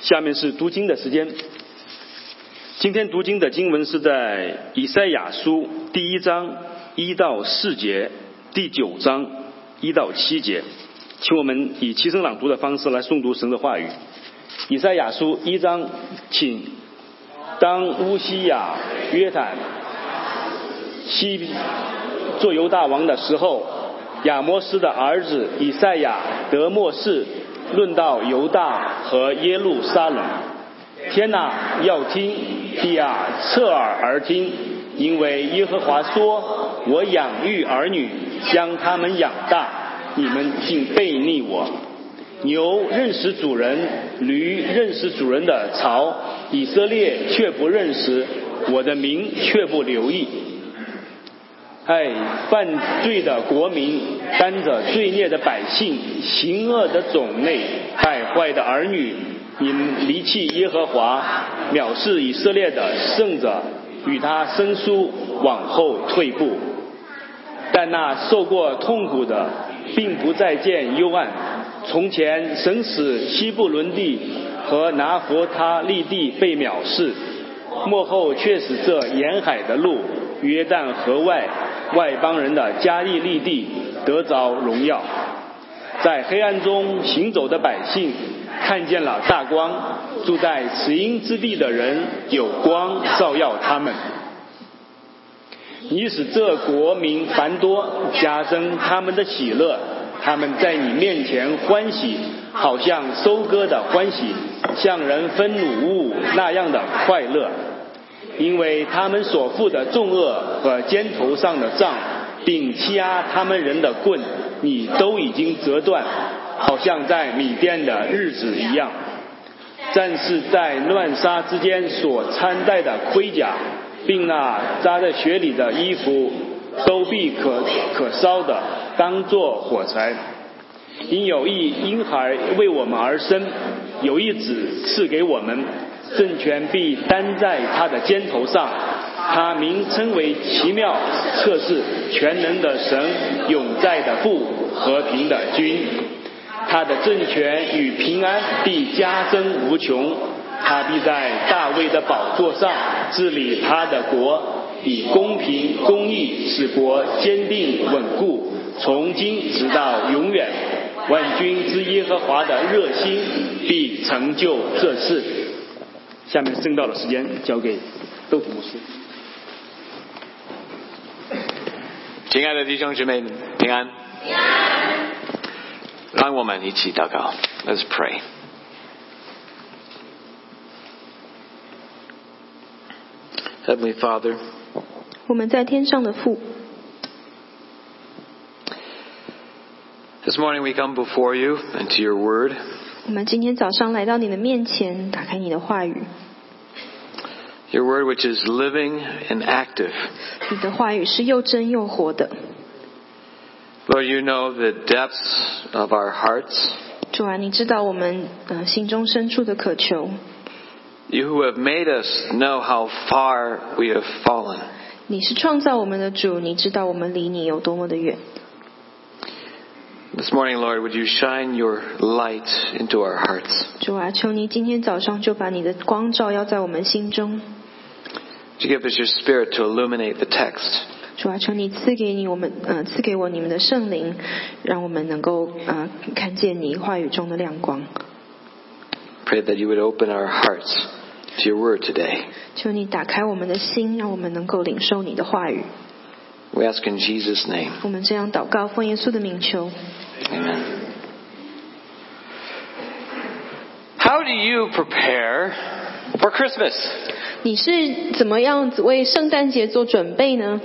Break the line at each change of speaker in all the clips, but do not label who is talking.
下面是读经的时间。今天读经的经文是在以赛亚书第一章一到四节，第九章一到七节。请我们以齐声朗读的方式来诵读神的话语。以赛亚书一章，请当乌西亚约坦西做犹大王的时候，亚摩斯的儿子以赛亚得末世论到犹大和耶路撒冷。天哪，要听；地啊，侧耳而听，因为耶和华说：“我养育儿女，将他们养大，你们竟背逆我。”牛认识主人，驴认识主人的槽，以色列却不认识，我的名却不留意。哎，犯罪的国民，担着罪孽的百姓，行恶的种类，败坏的儿女，你们离弃耶和华，藐视以色列的圣者，与他生疏，往后退步。但那受过痛苦的，并不再见幽暗。从前神使西布伦地和拿佛他利地被藐视，幕后却使这沿海的路、约旦河外外邦人的加利利地得着荣耀。在黑暗中行走的百姓看见了大光，住在死荫之地的人有光照耀他们。你使这国民繁多，加增他们的喜乐，他们在你面前欢喜，好像收割的欢喜，像人分乳物那样的快乐，因为他们所负的重恶和肩头上的杖，并欺压他们人的棍，你都已经折断，好像在米店的日子一样。战士在乱杀之间所穿戴的盔甲，并那扎在雪里的衣服，都必可可烧的，当作火柴。因有一婴孩为我们而生，有一子赐给我们，政权必担在他的肩头上。他名称为奇妙、测试、全能的神、永在的父、和平的君。他的政权与平安必加增无穷，他必在大卫的宝座上治理他的国，以公平公义使国坚定稳固，从今直到永远。万军之耶和华的热心必成就这事。下面正道的时间交给豆腐牧师。
亲爱的弟兄姊妹们，平安。让我们一起祷告，Let's pray。Heavenly Father,
我们在天上的父，
this morning we come before you and to your word.
我们今天早上来到你的面前，打开你的话语，
Your word, which is living and active.
你的话语是又真又活的。
Lord, you know the depths of our hearts.
主啊，你知道我们呃心中深处的渴求，
You who have made us know how far we have fallen.
你是创造我们的主，你知道我们离你有多么的远。
This morning, Lord, would you shine your light into our hearts?
主啊，求你今天早上就把你的光照耀在我们心中。
Would you give us your spirit to illuminate the text?
主啊，求你赐给你我们呃赐给我你们的圣灵，让我们能够呃看见你话语中的亮光。
Pray that you would open our hearts to your word today.
求你打开我们的心，让我们能够领受你的话语。
We ask in Jesus' name.
我们这样祷告，奉耶稣的名求。
Amen. How do you prepare for Christmas?
你是怎么样子为圣诞节做准备呢？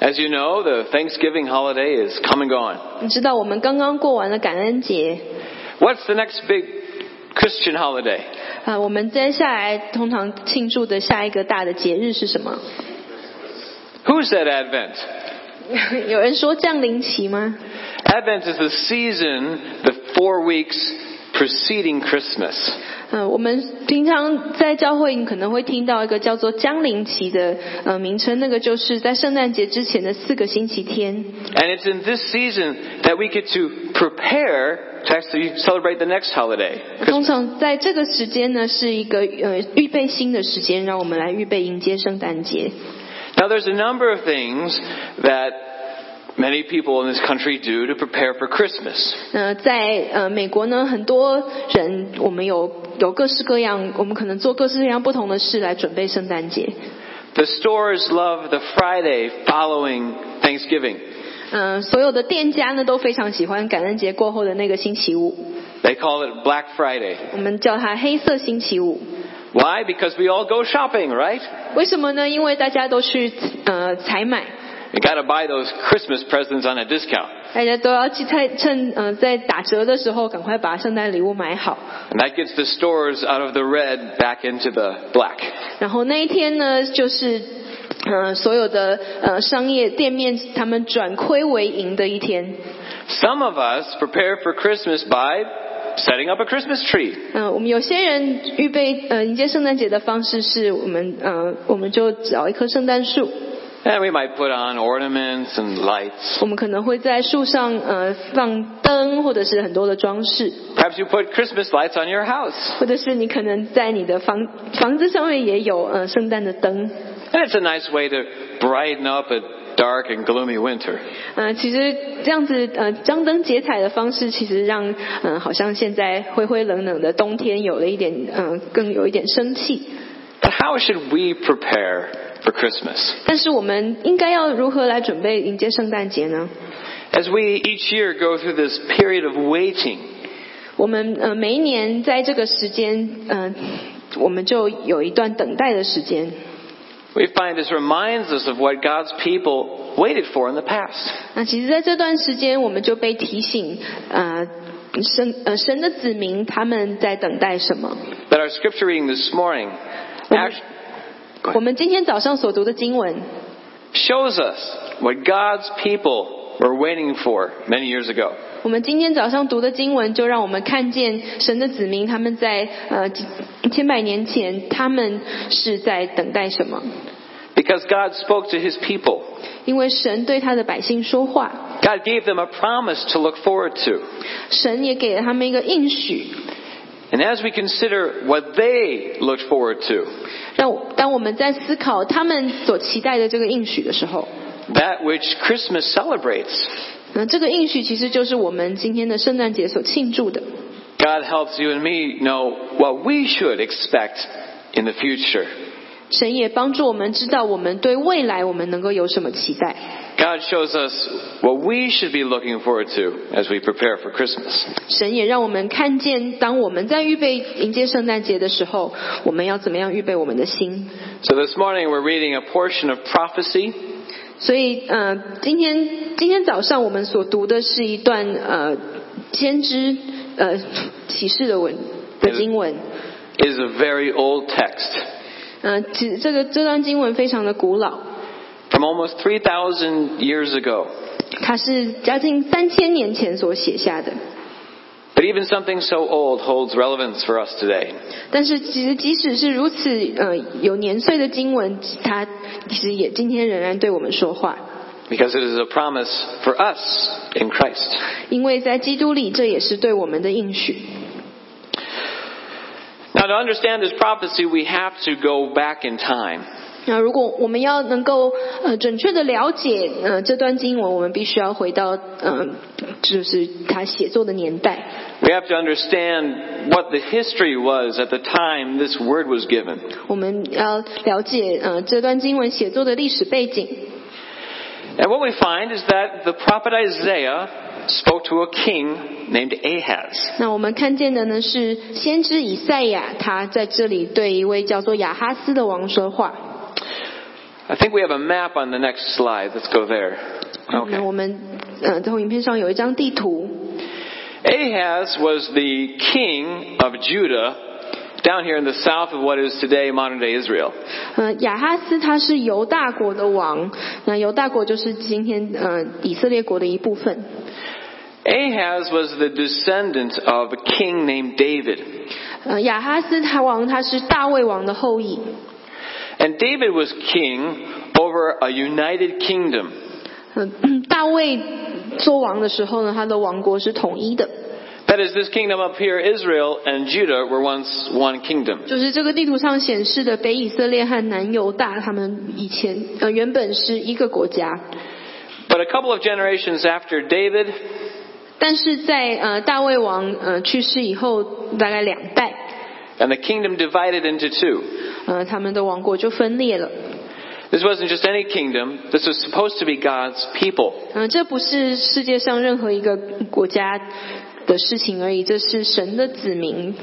As you know, the Thanksgiving holiday is come and gone.
你知道我们刚刚过完了感恩节
What's the next big Christian holiday?
啊，我们接下来通常庆祝的下一个大的节日是什么？
Who said Advent?
有人说降临期吗？
Advent is the season, the four weeks preceding Christmas.
呃，我们平常在教会，你可能会听到一个叫做江陵期的呃名称，那个就是在圣诞节之前的四个星期天。
And it's in this season that we get to prepare to actually celebrate the next holiday.
通常在这个时间呢，是一个呃预备新的时间，让我们来预备迎接圣诞节。
Now, there's a number of things that many people in this country do to prepare for Christmas.
呃，在呃美国呢，很多人我们有有各式各样，我们可能做各式各样不同的事来准备圣诞节。
The stores love the Friday following Thanksgiving.
呃，所有的店家呢都非常喜欢感恩节过后的那个星期五，
They call it Black Friday.
我们叫它黑色星期五。
Why? Because we all go shopping, right?
为什么呢？因为大家都去呃采买，
You gotta buy those Christmas presents on a discount.
大家都要去趁趁呃在打折的时候赶快把圣诞礼物买好。
And that gets the stores out of the red back into the black.
然后那一天呢，就是呃所有的呃商业店面他们转亏为盈的一天。
Some of us prepare for Christmas by setting up a Christmas tree.
嗯、我们有些人预备呃迎接圣诞节的方式是我们呃我们就找一棵圣诞树，
And we might put on ornaments and lights.
我们可能会在树上呃放灯或者是很多的装饰，
Perhaps you put Christmas lights on your house.
或者是你可能在你的房房子上面也有呃圣诞的灯。
And it's a nice way to brighten up a dark and gloomy winter.
呃，其实这样子呃张灯结彩的方式，其实让嗯、呃、好像现在灰灰冷冷的冬天有了一点嗯、呃、更有一点生气。
But how should we prepare for Christmas?
但是我们应该要如何来准备迎接圣诞节呢？
As we each year go through this period of waiting,
我们呃每一年在这个时间，嗯、我们就有一段等待的时间。
we find this reminds us of what God's people waited for in the past.
那其实在这段时间，我们就被提醒，呃，神呃神的子民他们在等待什么？
That our scripture reading this morning act-
我们今天早上所读的经文，
shows us what God's people were waiting for many years ago.
我们今天早上读的经文，就让我们看见神的子民他们在呃几千百年前，他们是在等待什么？
Because God spoke to his people.
因为神对他的百姓说话，
God gave them a promise to look forward to.
神也给了他们一个应许。
And as we consider what they looked forward to,
让我当我们在思考他们所期待的这个应许的时候，
that which Christmas celebrates,
那这个应许其实就是我们今天的圣诞节所庆祝的。
God helps you and me know what we should expect in the future.
神也帮助我们知道我们对未来我们能够有什么期待。
God shows us what we should be looking forward to as we prepare for Christmas.
神也让我们看见，当我们在预备迎接圣诞节的时候，我们要怎么样预备我们的心。
So this morning we're reading a portion of prophecy
所以，呃，今天今天早上我们所读的是一段呃先知呃启示的文的经文。
It is a very old text
呃，其这个这段经文非常的古老，
from almost 3,000 years ago.
它是将近三千年前所写下的。
But even something so old holds relevance for us today.
但是，其实即使是如此，呃，有年岁的经文，它其实也今天仍然对我们说话，
Because it is a promise for us in Christ.
因为在基督里，这也是对我们的应许。
Now, to understand this prophecy, we have to go back in time.
那如果我们要能够呃准确的了解呃这段经文，我们必须要回到呃就是他写作的年代，
We have to understand what the history was at the time this word was given.
我们要了解呃这段经文写作的历史背景。
And what we find is that the prophet Isaiah spoke to a king named Ahaz.
那我们看见的呢是先知以赛亚，他在这里对一位叫做亚哈斯的王说话。
I think we have a map on the next slide. Let's go there.
那
Okay.
我们呃，在影片上有一张地图。
Ahaz was the king of Judah down here in the south of what is today modern day Israel.
呃，亚哈斯他是犹大国的王，那犹大国就是今天呃以色列国的一部分。
Ahaz was the descendant of a king named David.
呃，亚哈斯他王他是大卫王的后裔，
And David was king over a united kingdom
嗯，大卫做王的时候呢，他的王国是统一的，
That is, this kingdom up here, Israel and Judah, were once one kingdom.
就是这个地图上显示的北以色列和南犹大，他们以前呃原本是一个国家，
But a couple of generations after David,
但是在呃大卫王呃去世以后，大概两代，
and the kingdom divided into two.
呃他们的王国就分裂了。
This wasn't just any kingdom, this was supposed to be God's people.
嗯、这不是世界上任何一个国家的事情而已，这是神的子民。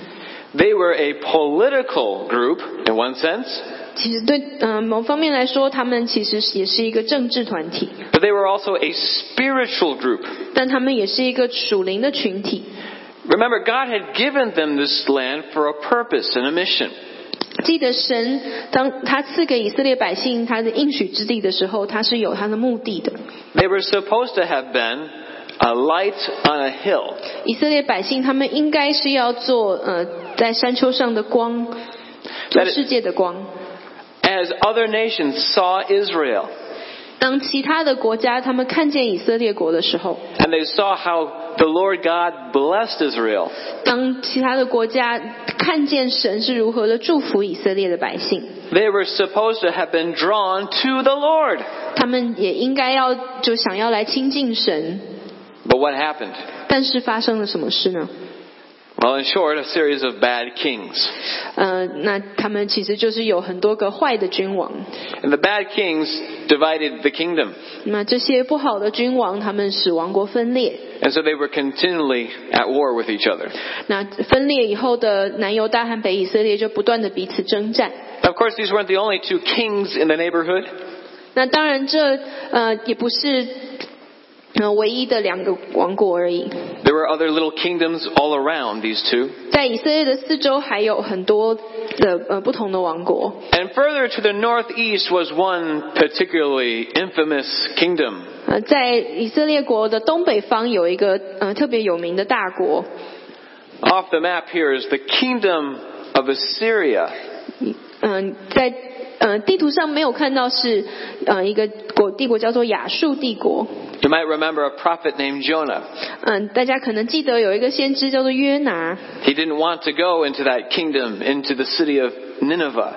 They were a political group, in one sense,
其实对，嗯、某方面来说，他们其实也是一个政治团体，
but they were also a spiritual group.
但他们也是一个属灵的群体。
Remember, God had given them this land for a purpose and a mission.
记得神当他赐给以色列百姓他的应许之地的时候，他是有他的目的的。
They were supposed to have been a light on a hill.
以色列百姓他们应该是要做呃，在山丘上的光，做
That is-
世界的光。
As other nations saw Israel,
当其他的国家他们看见以色列国的时候，
and they saw how the Lord God blessed Israel,
当其他的国家看见神是如何的祝福以色列的百姓，
they were supposed to have been drawn to the Lord.
他们也应该要就想要来亲近神。
But what happened?
但是发生了什么事呢？
Well, in short, a series of bad kings.
呃，那他们其实就是有很多个坏的君王。
And the bad kings divided the kingdom.
那这些不好的君王，他们使王国分裂。
And so they were continually at war with each other.
那分裂以后的南犹大和北以色列就不断的彼此征战。
Of course, these weren't the only two kings in the neighborhood.
那当然这，呃也不是呃唯一的两个王国而已，
There were other little kingdoms all around these two.
在以色列的四周还有很多的呃不同的王国。
And further to the northeast was one particularly infamous kingdom.
呃，在以色列国的东北方有一个呃特别有名的大国，
Off the map here is the kingdom of Assyria.
嗯、在呃地图上没有看到是呃一个国帝国叫做亚述帝国。
You might remember a prophet named Jonah.
嗯，大家可能记得有一个先知叫做约拿，
He didn't want to go into that kingdom, into the city of Nineveh.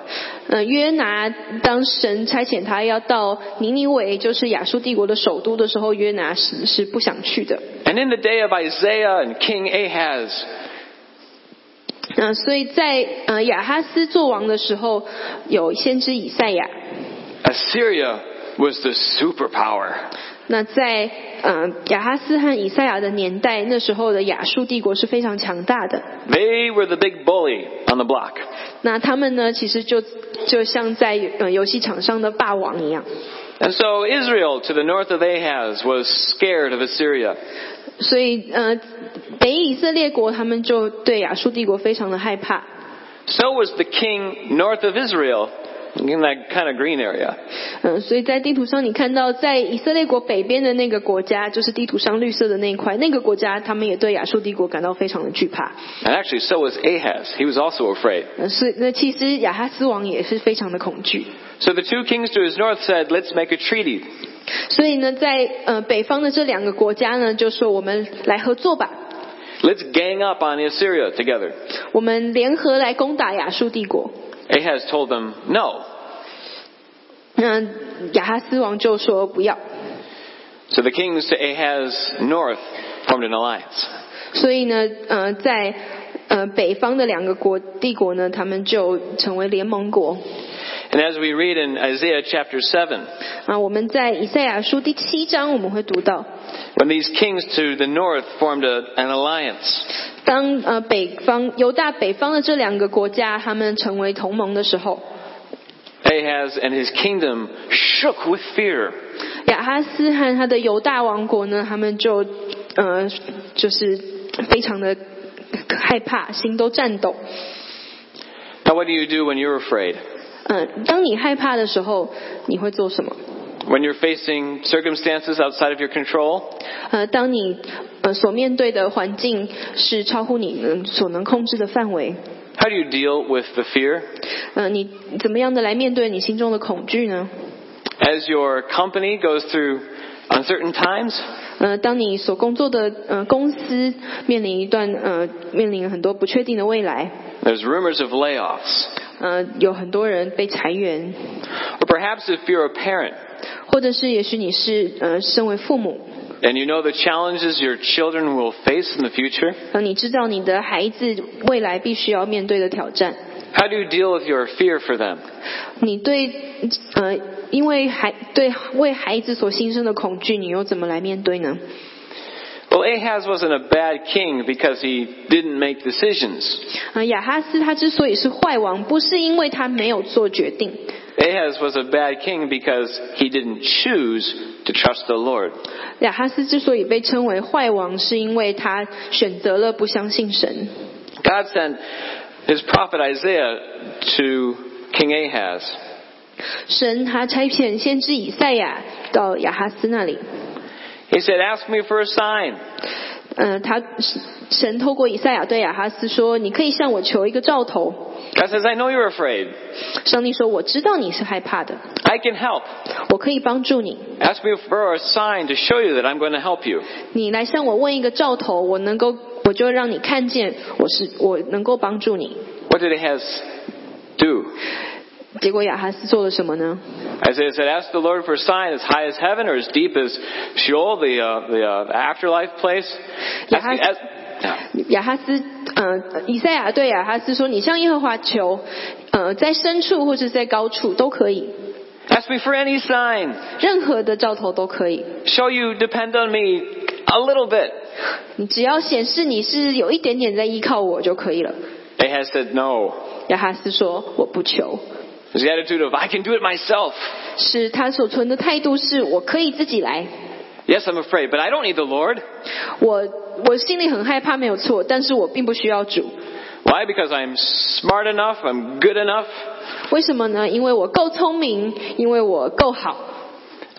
呃，约拿当神差遣他要到尼尼微，就是亚述帝国的首都的时候，约拿是是不想去的。
And in the day of Isaiah and King Ahaz,
嗯、所以在呃亚哈斯做王的时候，有先知以赛亚。
Assyria was the superpower.
那在呃亚哈斯和以赛亚的年代，那时候的亚述帝国是非常强大的。
They were the big bully on the block.
那他们呢，其实就就像在呃游戏场上的霸王一样。
And so Israel to the north of Ahaz was scared of Assyria.
所以呃，北以色列国他们就对亚述帝国非常的害怕。
So was the king north of Israel in that kind of green area.
嗯，所以在地图上你看到，在以色列国北边的那个国家，就是地图上绿色的那一块，那个国家他们也对亚述帝国感到非常的惧怕。
And actually, so was Ahaz. He was also afraid.
呃，所以那其实亚哈斯王也是非常的恐惧。
So the two kings to his north said, Let's make a treaty.
所以呢，在呃北方的这两个国家呢，就说我们来合作吧，
Let's gang up on Assyria together.
我们联合来攻打亚述帝国。
Ahaz told them, No.
那亚哈斯王就说不要，
So the kings to Ahaz north formed an alliance.
所以呢，呃，在呃北方的两个国帝国呢，他们就成为联盟国。
And as we read in Isaiah chapter 7,
啊，我们在以赛亚书第七章我们会读到，
when these kings to the north formed a, an alliance,
当呃北方犹大北方的这两个国家他们成为同盟的时候，
Ahaz and his kingdom shook with fear.
亚哈斯和他的犹大王国呢，他们就呃就是非常的害怕，心都颤抖。呃
Now, what do you do when you're afraid?
嗯、当你害怕的时候，你会做什么？
When you're facing circumstances outside of your control,
呃，当你呃所面对的环境是超乎你能所能控制的范围，
how do you deal with the fear?
呃，你怎么样的来面对你心中的恐惧呢？
As your company goes through uncertain times,
呃，当你所工作的呃公司面临一段呃面临很多不确定的未来，
there's rumors of layoffs.
呃，有很多人被裁员，
Or perhaps if you're a parent
或者是也许你是呃身为父母，
and you know the challenges your children will face in the future,
呃，你知道你的孩子未来必须要面对的挑战，
how do you deal with your fear for them?
你对呃因为孩对为孩子所心生的恐惧，你又怎么来面对呢？
Well, Ahaz wasn't a bad king because he didn't make decisions.
呃，亚哈斯他之所以是坏王，不是因为他没有做决定，
Ahaz was a bad king because he didn't choose to trust the Lord.
亚哈斯之所以被称为坏王，是因为他选择了不相信神。
God sent his prophet Isaiah to King Ahaz.
神他差遣先知以赛亚到亚哈斯那里，
He said, Ask me for a sign.
呃，他神透过以赛亚对亚哈斯说：“你可以向我求一个兆头。
God says, I know you're afraid. ”
上帝说：“我知道你是害怕的，
I can help.
我可以帮助你。
Ask me for a sign to show you that I'm going to help you.
你来向我问一个兆头，我能够，我就让你看见我是我能够帮助你。
What did Ahaz do? ”
结果亚哈斯做了什么呢？
Isaiah said, Ask the Lord for a sign as high as heaven or as deep as Sheol, the, uh, the uh, afterlife place.
Yeah,
Ask-
I-
ask- yeah.
亚哈斯，呃，以赛亚对亚哈斯说：“你向耶和华求，呃，在深处或者在高处都可以，
Ask me for any sign.
任何的兆头都可以。
Show you depend on me a little bit.
你只要显示你是有一点点在依靠我就可以了。
Ahaz said, No. ”
亚哈斯说：“我不求。
It was the attitude of, I can do it myself. ”
是他所存的态度是：“我可以自己来。
Yes, I'm afraid, but I don't need the Lord.
我”我心里很害怕，没有错，但是我并不需要主。
Why? Because I'm smart enough, I'm good enough,
为什么呢？因为我够聪明，因为我够好，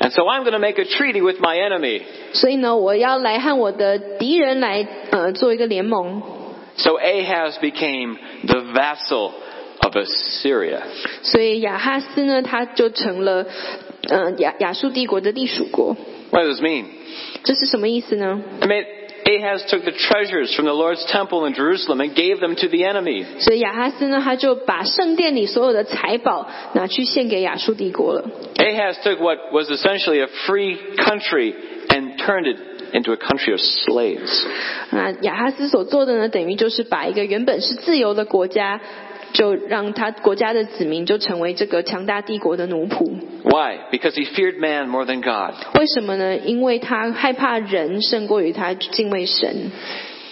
and so I'm going to make a treaty with my enemy.
所以呢，我要来和我的敌人来呃做一个联盟。
So Ahaz became the vassal of Assyria.
所以亚哈斯呢，他就成了呃亚亚述帝国的隶属国。
What does this mean?
这是什么意思呢？
I mean, Ahaz took the treasures from the Lord's temple in Jerusalem and gave them to the enemy.
所以亚哈斯呢，他就把圣殿里所有的财宝拿去献给亚述帝国了。
Ahaz took what was essentially a free country and turned it into a country of slaves.
那亚哈斯所做的呢，等于就是把一个原本是自由的国家，就让他国家的子民就成为这个强大帝国的奴仆。
Why? Because he feared man more than God.
为什么呢？因为他害怕人胜过于他敬畏神。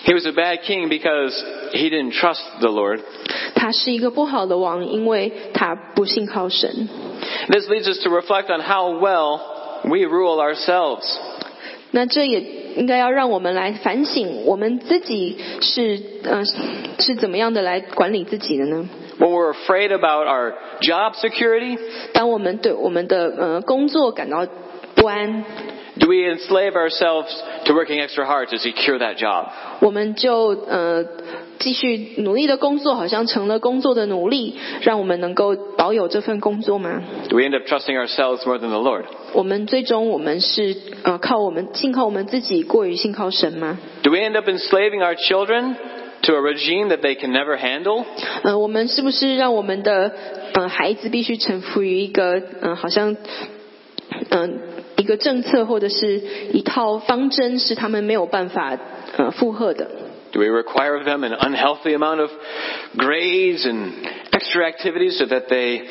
He was a bad king because he didn't trust the Lord.
他是一个不好的王，因为他不信靠神。
This leads us to reflect on how well we rule ourselves.
那这也应该要让我们来反省，我们自己是呃是怎么样的来管理自己的呢？
When we're afraid about our job security,
当我们对我们的呃工作感到不安，
do we enslave ourselves to working extra hard to secure that job?
我们就呃继续努力的工作，好像成了工作的奴隶，让我们能够保有这份工作吗？
Do we end up trusting ourselves more than the Lord?
我们最终我们是呃靠我们信靠我们自己，过于信靠神吗？
Do we end up enslaving our children to a regime that they can never handle?
呃，我们是不是让我们的呃孩子必须臣服于一个呃好像嗯、呃一个政策或者是一套方针是他们没有办法呃负荷的？
Do we require of them an unhealthy amount of grades and extra activities so that they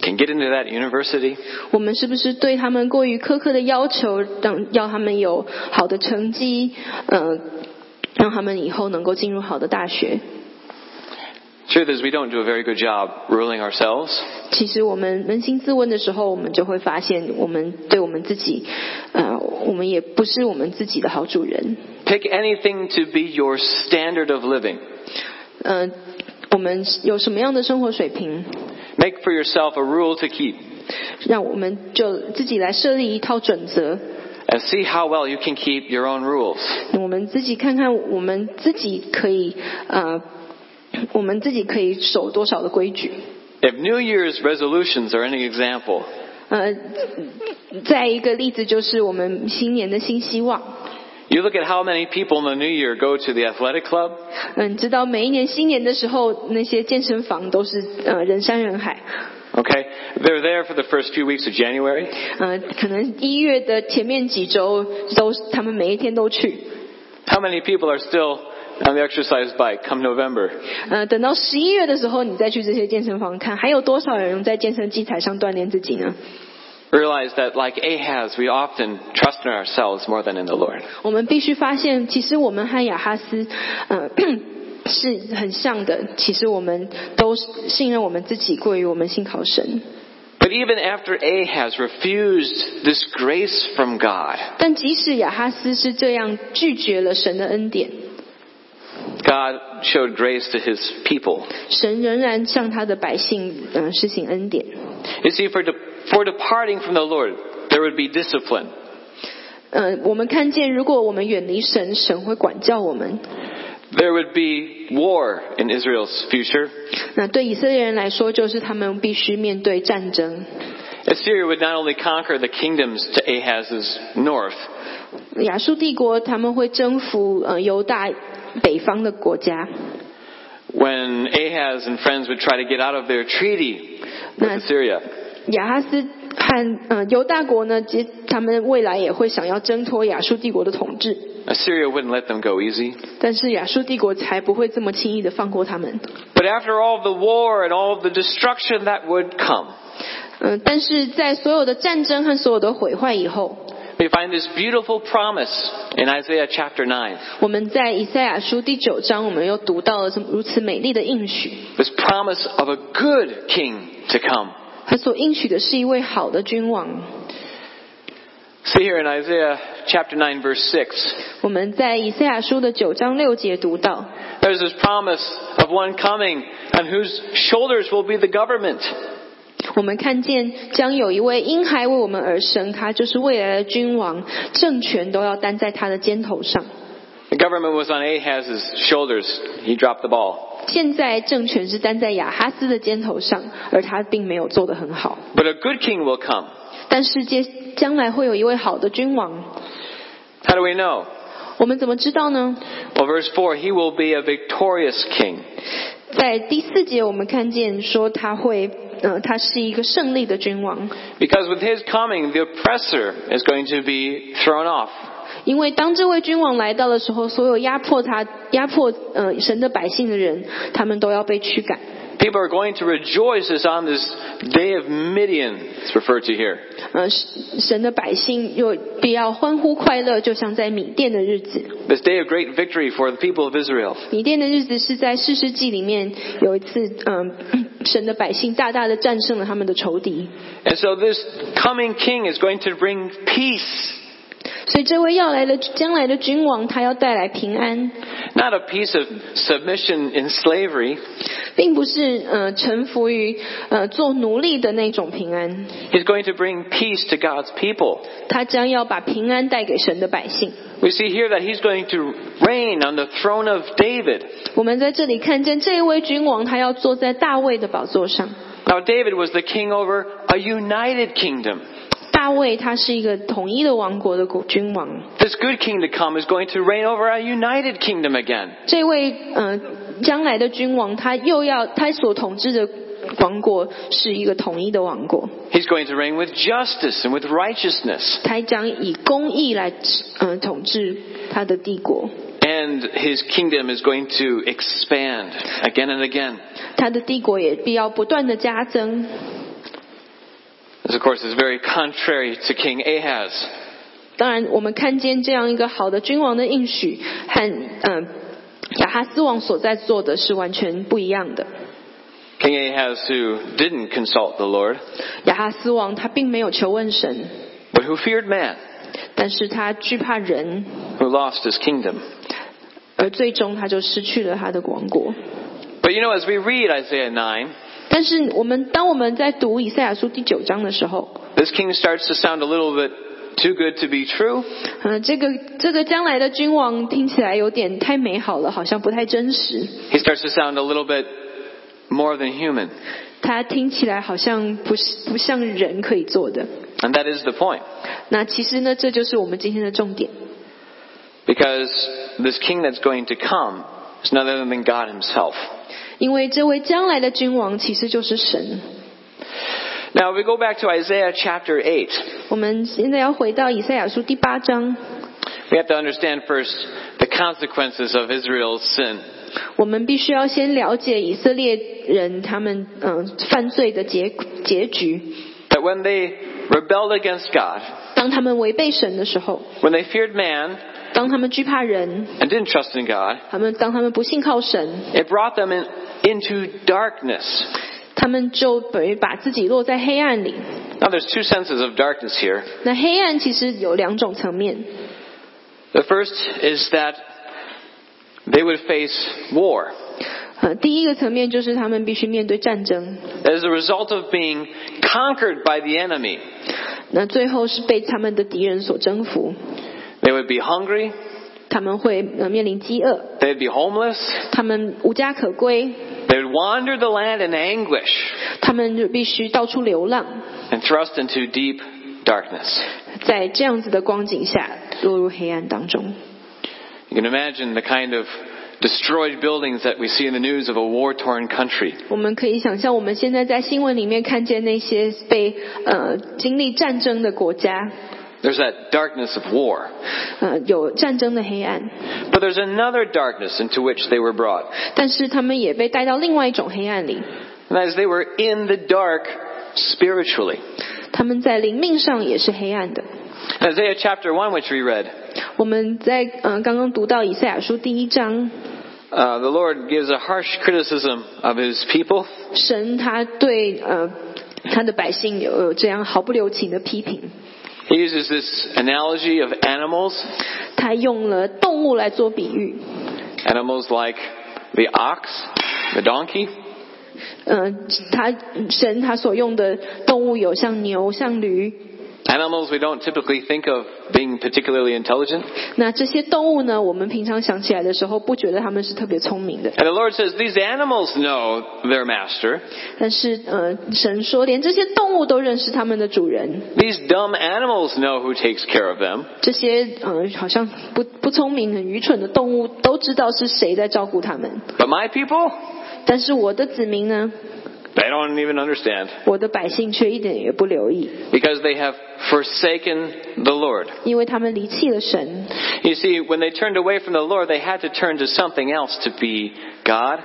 can get into that university?
我们是不是对他们过于苛刻的要求，让要他们有好的成绩，呃，让他们以后能够进入好的大学？
Truth is, we don't do a very good job ruling ourselves.
其实我们扪心自问的时候，我们就会发现，我们对我们自己，呃，我们也不是我们自己的好主人。
Pick anything to be your standard of living.
呃，我们有什么样的生活水平？
Make for yourself a rule to keep.
让我们就自己来设立一套准则，
and see how well you can keep your own rules.
我们自己看看我们自己可以呃，我们自己可以守多少的规矩。
If New Year's resolutions are any example,
呃，再一个例子就是我们新年的新希望。
you look at how many people in the new year go to the athletic club,
嗯，知道每一年新年的时候，那些健身房都是呃人山人海。
okay? They're there for the first few weeks of January.
呃，可能一月的前面几周都他们每一天都去。
How many people are still on the exercise bike come November?
呃，等到十一月的时候，你再去这些健身房看，还有多少人在健身器材上锻炼自己呢？
Realize that like Ahaz, we often trust in ourselves more than in the Lord.
我们必须发现，其实我们和雅哈斯，呃， 是很像的。其实我们都是信任我们自己，过于我们信靠神。
But even after Ahaz refused this grace from God,
但即使雅哈斯是这样拒绝了神的恩典，
God showed grace to his people.
神仍然向他的百姓，嗯、呃，施行恩典。
You see, for, de- for departing from the Lord, there would be discipline.
呃，我们看见，如果我们远离神，神会管教我们。
There would be war in Israel's future.
那对以色列人来说，就是他们必须面对战争。
Assyria would not only conquer the kingdoms to Ahaz's north,
亚述帝国他们会征服呃犹大北方的国家。
when Ahaz and friends would try to get out of their treaty with
Nice.
Assyria.
亚哈斯和呃犹大国呢，其实他们未来也会想要挣脱亚述帝国的统治，
Assyria wouldn't let them go easy.
但是亚述帝国才不会这么轻易的放过他们。
But after all the war and all the destruction that would come,
嗯、但是在所有的战争和所有的毁坏以后，
we find this beautiful promise in Isaiah chapter 9.
我们在以赛亚书第九章，我们又读到了这么如此美丽的应许。
This promise of a good king to come.
他所应许的是一位好的君王。
See here in Isaiah chapter 9 verse 6.
我们在以赛亚书的九章六节读到，
There's this promise of one coming on whose shoulders will be the government.
我们看见将有一位婴孩为我们而生，他就是未来的君王，政权都要担在他的肩头上。
The government was on Ahaz's shoulders. He dropped the ball.
现在政权是担在亚哈斯的肩头上，而他并没有做得很好。
But a good king will come.
但世界将来会有一位好的君王，
How do we know?
我们怎么知道呢？
Well, verse 4, he will be a victorious king.
在第四节我们看见说他会，呃，他是一个胜利的君王，
Because with his coming, the oppressor is going to be thrown off.
因为当这位君王来到的时候，所有压迫他、压迫呃神的百姓的人，他们都要被驱赶。
People are going to rejoice as on this day of Midian. It's referred to here.
呃，神的百姓又必要欢呼快乐，就像在米店的日子。
This day of great victory for the people of Israel.
米甸的日子是在四世纪里面有一次，嗯， 神的百姓大大的战胜了他们的仇敌，
And so this coming king is going to bring peace
所以这位要来的将来的君王，他要带来平安，
Not a piece of submission in slavery.
并不是呃臣服于呃做奴隶的那种平安，
He's going to bring peace to God's people.
他将要把平安带给神的百姓。
We see here that he's going to reign on the throne of David.
我们在这里看见这一位君王，他要坐在大卫的宝座上。
Now, David was the king over a united kingdom.
大卫他是一个统一的王国的国君王，
This good king to come is going to reign over a united kingdom again.
这位呃将来的君王，他又要他所统治的王国是一个统一的王国，
He's going to reign with justice and with righteousness.
他将以公义来呃统治他的帝国，
And his kingdom is going to expand again and again.
他的帝国也必要不断的加增。
This, of course, is very contrary to King Ahaz.
当然，我们看见这样一个好的君王的应许和嗯、呃、亚哈斯王所在做的是完全不一样的。
King Ahaz, who didn't consult the Lord,
亚哈斯王他并没有求问神，
but who feared man,
但是他惧怕人，
who lost his kingdom.
而最终他就失去了他的王国。
But you know, as we read Isaiah 9,
但是我们当我们在读以赛亚书第九章的时候，
This king starts to sound a little bit too good to be true.
呃，这个这个将来的君王听起来有点太美好了，好像不太真实。
He starts to sound a little bit more than human.
他听起来好像不是不像人可以做的。
And that is the point.
那其实呢，这就是我们今天的重点，
Because this king that's going to come is none other than God himself.
因为这位将来的君王其实就是神。
Now, if we go back to Isaiah chapter 8,
我们现在要回到以赛亚书第八章，
we have to understand first the consequences of Israel's sin.
我们必须要先了解以色列人他们嗯、呃犯罪的结结局。
That when they rebelled against God,
当他们违背神的时候，
when they feared man
当他们惧怕人，
and didn't trust in God,
他们当他们不信靠神，
it brought them in, into darkness.
他们就等于把自己落在黑暗里。
Now, there's two senses of darkness here.
那黑暗其实有两种层面，
The first is that they would face war.
呃，第一个层面就是他们必须面对战争，
As a result of being conquered by the enemy,
那最后是被他们的敌人所征服，
they would be hungry,
他们会呃面临饥饿，
they'd be homeless,
他们无家可归，
they would wander the land in anguish
他们就必须到处流浪，
and thrust into deep darkness.
在这样子的光景下落入黑暗当中。
You can imagine the kind of destroyed buildings that we see in the news of a war torn country.
我们可以想象，我们现在在新闻里面看见那些被呃经历战争的国家，
There's that darkness of war.
呃有战争的黑暗，
But there's another darkness into which they were brought.
但是他们也被带到另外一种黑暗里，
And that is, they were in the dark spiritually.
他们在灵命上也是黑暗的。
Isaiah chapter 1, which we read,
我们在嗯、呃刚刚读到以赛亚书第一章，
uh, the Lord gives a harsh criticism of his people.
神他对呃他的百姓有有这样毫不留情的批评，
He uses this analogy of animals,
他用了动物来做比喻，
animals like the ox, the donkey,
呃，他神他所用的动物有像牛、像驴，
animals we don't typically think of being particularly intelligent.
那这些动物呢，我们平常想起来的时候，不觉得它们是特别聪明的，
And the Lord says these animals know their master.
但是呃，神说连这些动物都认识他们的主人，
These dumb animals know who takes care of them.
这些呃好像不不聪明、很愚蠢的动物都知道是谁在照顾他们，
But my people,
但是我的子民呢，
they don't even understand
我的百姓却一点也不留意。
because they have forsaken the Lord.
因为他们离弃了神。
You see, when they turned away from the Lord, they had to turn to something else to be God.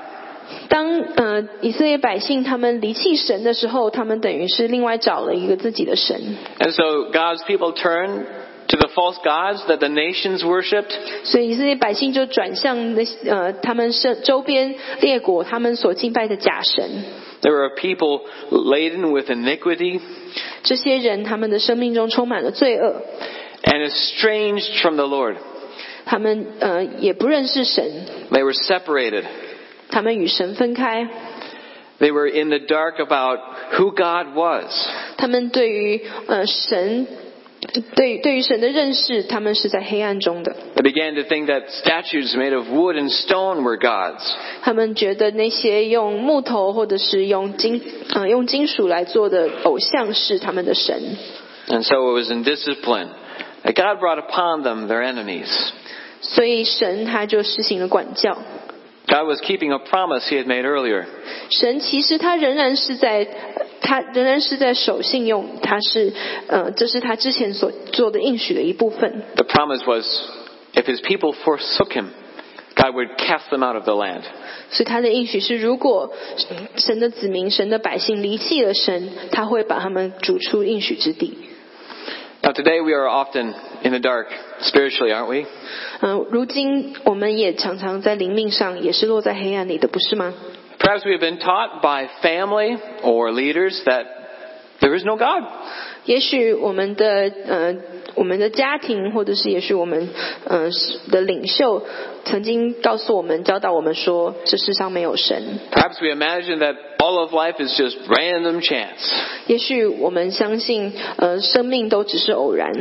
当呃以色列百姓他们离弃神的时候，他们等于是另外找了一个自己的神，
And so God's people turned to the false gods that the nations worshipped,
所以以色列百姓就转向那些呃他们是周边列国他们所敬拜的假神。
There were a people laden with iniquity
这些人他们的生命中充满了罪恶，
and estranged from the Lord.
他们呃也不认识神，
They were separated.
他们与神分开，
They were in the dark about who God was.
他们对于呃神。对，对于神的认识，他们是在黑暗中的。
They began to think that statues made of wood and stone were gods.
他们觉得那些用木头或者是用金呃用金属来做的偶像是他们的神，
And so it was in discipline that God brought upon them their enemies.
所以神他就施行了管教。
God was keeping a promise he had made earlier.
神其实他仍然是在他仍然是在守信用，他是呃这是他之前所做的应许的一部分。
The promise was if his people forsook him, God would cast them out of the land.
所以他的应许是，如果神的子民、神的百姓离弃了神，他会把他们逐出应许之地。
Now today we are often in the dark spiritually, aren't we?
嗯、如今我们也常常在灵命上也是落在黑暗里的，不是吗？
Perhaps we have been taught by family or leaders that There is no God.
也许我们的呃，我们的家庭，或者是也许我们呃的领袖，曾经告诉我们、教导我们说，这世上没有神。
Perhaps we imagine that all of life is just random chance.
也许我们相信，呃，生命都只是偶然。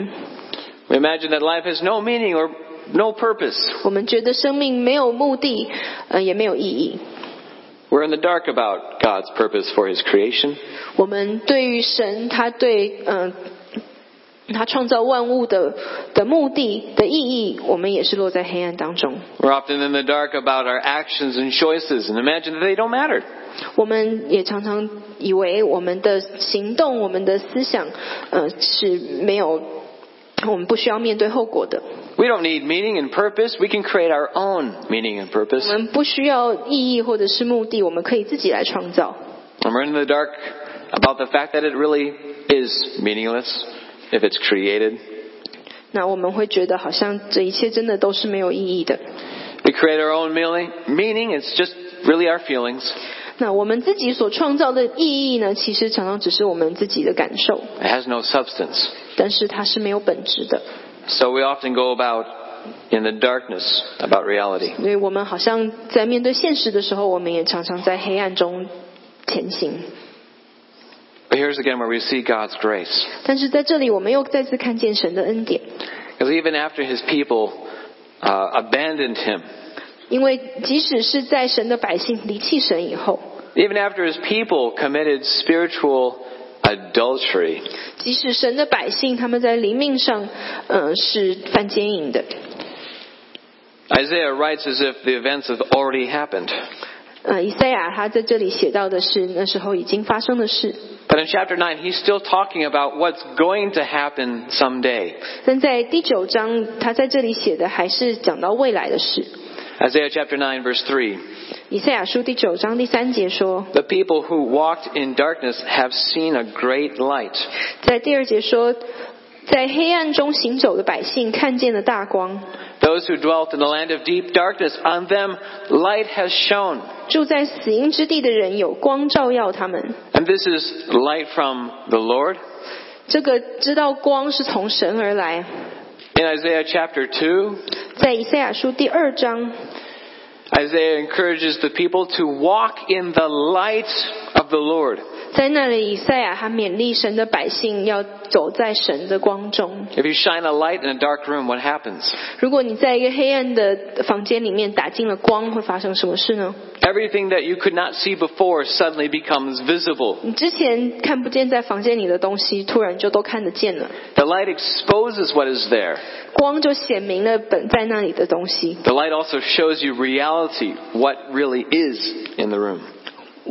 We imagine that life has no meaning or no purpose.
我们觉得生命没有目的，呃，也没有意义。
We're in the dark about God's purpose for His creation.
我们对于神，他对嗯、呃，他创造万物的的目的的意义，我们也是落在黑暗当中。
We're often in the dark about our actions and choices and imagine that they don't matter.
我们也常常以为我们的行动、我们的思想，呃，是没有，我们不需要面对后果的。
We don't need meaning and purpose. We can create our own meaning and
我
purpose.
们不需要意义或者是目的，我们可以自己来创造。
And we're in the dark about the fact that it really is meaningless if it's created.
那我们会觉得好像这一切真的都是没有意义的。
We create our own meaning. Meaning, it's just really our feelings.
那我们自己所创造的意义呢，其实常常只是我们自己的感受，
It has no substance.
但是它是没有本质的。
So we often go about in the darkness about reality.
所以我们好像在面对现实的时候，我们也常常在黑暗中前行。
But here's again where we see God's grace.
但是在这里，我们又再次看见神的恩典，
Because even after his people uh, abandoned him,
因为即使是在神的百姓离弃神以后，
even after his people committed spiritual adultery,
即使神的百姓他们在灵命上，呃，是犯奸淫的，
Isaiah writes as if the events have already happened.
呃，以赛亚他在这里写到的是那时候已经发生的事，
But in chapter 9, he's still talking about what's going to happen someday.
但在第九章他在这里写的还是讲到未来的事。
Isaiah chapter 9, verse 3.
以赛亚书第九章第三节说，
The people who walked in darkness have seen a great light.
在第二节说，在黑暗中行走的百姓看见了大光，
Those who dwelt in the land of deep darkness, on them light has shone.
住在死荫之地的人有光照耀他们。
And this is light from the Lord.
这个知道光是从神而来，
In Isaiah chapter 2,
在以赛亚书第二章，
Isaiah encourages the people to walk in the light of the Lord.
在那里以赛亚他勉励神的百姓要走在神的光中。
If you shine a light in a dark room, what happens?
如果你在一个黑暗的房间里面打进了光，会发生什么事呢？
Everything that you could not see before suddenly becomes visible.
你之前看不见在房间里的东西，突然就都看得见了。
The light exposes what is there.
光就显明了本在那里的东西，
The light also shows you reality, what really is in the room.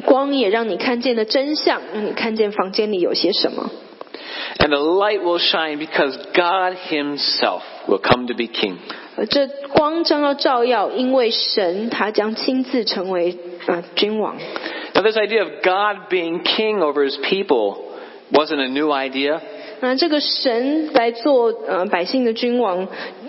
光也让你看见了真相，让你看见房间里有些什么。
And the light will shine because God Himself will come to be King.
呃，这光将要照耀，因为神他将亲自成为呃君王。
Now, this idea of God being King over His people wasn't a new idea.
那这个神来做呃百姓的君王，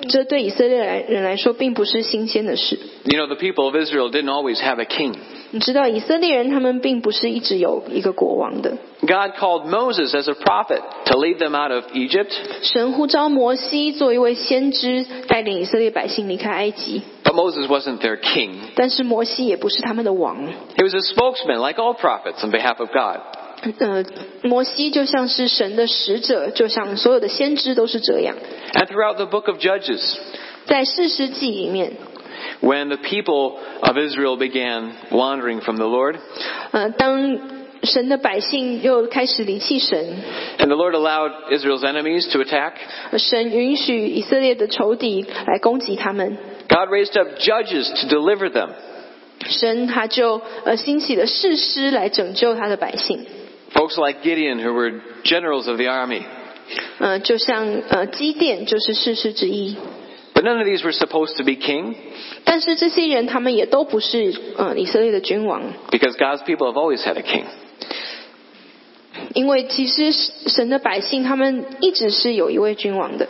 这对以色列来人来说并不是新鲜的事。
You know, the people of Israel didn't always have a king.
你知道以色列人他们并不是一直有一个国王的。
God called Moses as a prophet to lead them out of Egypt,
神呼召摩西做一位先知，带领以色列百姓离开埃及，
but Moses wasn't their king.
但是摩西也不是他们的王。
He was a spokesman, like all prophets, on behalf of God.
呃，摩西就像是神的使者，就像所有的先知都是这样。
And throughout the book of Judges,
在四世纪里面，
when the people of Israel began wandering from the Lord,
呃，当神的百姓又开始离弃神，
and the Lord allowed Israel's enemies to attack,
神允许以色列的仇敌来攻击他们，
God raised up judges to deliver them.
神他就呃兴起了士师来拯救他的百姓。
Folks like Gideon, who were generals of the army.
呃，就像呃基甸就是士师之一，
But none of these were supposed to be king,
但是这些人他们也都不是呃以色列的君王，
because God's people have always had a king.
因为其实神的百姓他们一直是有一位君王的，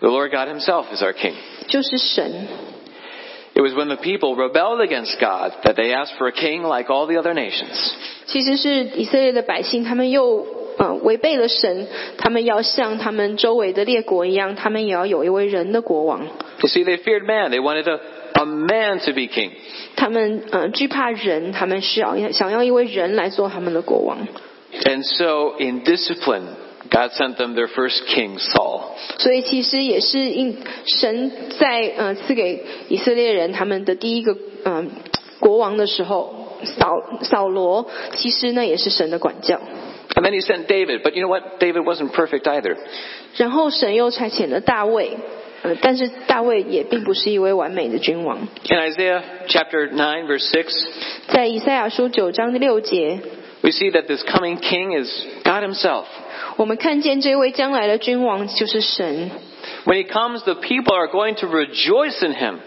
The Lord God Himself is our king.
就是神。
It was when the people rebelled against God that they asked for a king like all the other nations.
其实是以色列的百姓，他们又呃违背了神，他们要像他们周围的列国一样，他们也要有一位人的国王。
You see, they feared man. They wanted a, a man to be king.
他们呃惧怕人，他们需要想要一位人来做他们的国王。
And so, in discipline, God sent them their first king, Saul.
所以其实也是应神在呃赐给以色列人他们的第一个嗯、呃国王的时候，扫扫罗其实呢也是神的管教。
And then he sent David. But you know what? David wasn't perfect either.
然后神又差遣了大卫，呃，但是大卫也并不是一位完美的君王。
In Isaiah chapter 9, verse 6,
在以赛亚书九章六节，
we see that this coming king is God himself.
我们看见这位将来的君王就是神。
When he comes, the people are going to rejoice in him.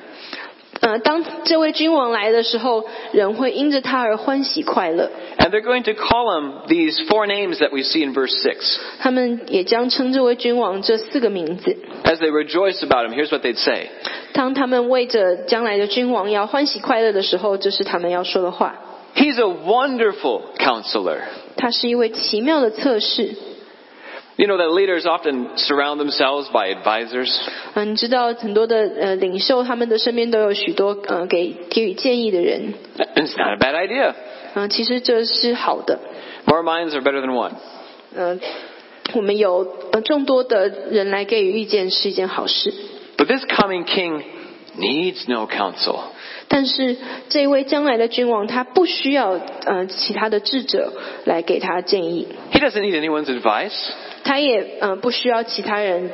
呃，当这位君王来的时候，人会因着他而欢喜快乐。
And they're going to call him these four names that we see in verse 6.
他们也将称这位君王这四个名字。
As they rejoice about him, here's what they'd say
当他们为着将来的君王要欢喜快乐的时候，这是他们要说的话。
He's a wonderful counselor.
他是一位奇妙的测试。
You know that leaders often surround themselves by advisors.
嗯，你知道很多的呃领袖，他们的身边都有许多呃给给予建议的人。
It's not a bad idea.
嗯、其实这是好的。
More minds are better than one.
嗯、我们有呃众多的人来给予意见是一件好事。
But this coming king needs no counsel.
但是这位将来的君王，他不需要呃其他的智者来给他建议，
He doesn't need anyone's advice.
他也呃不需要其他人，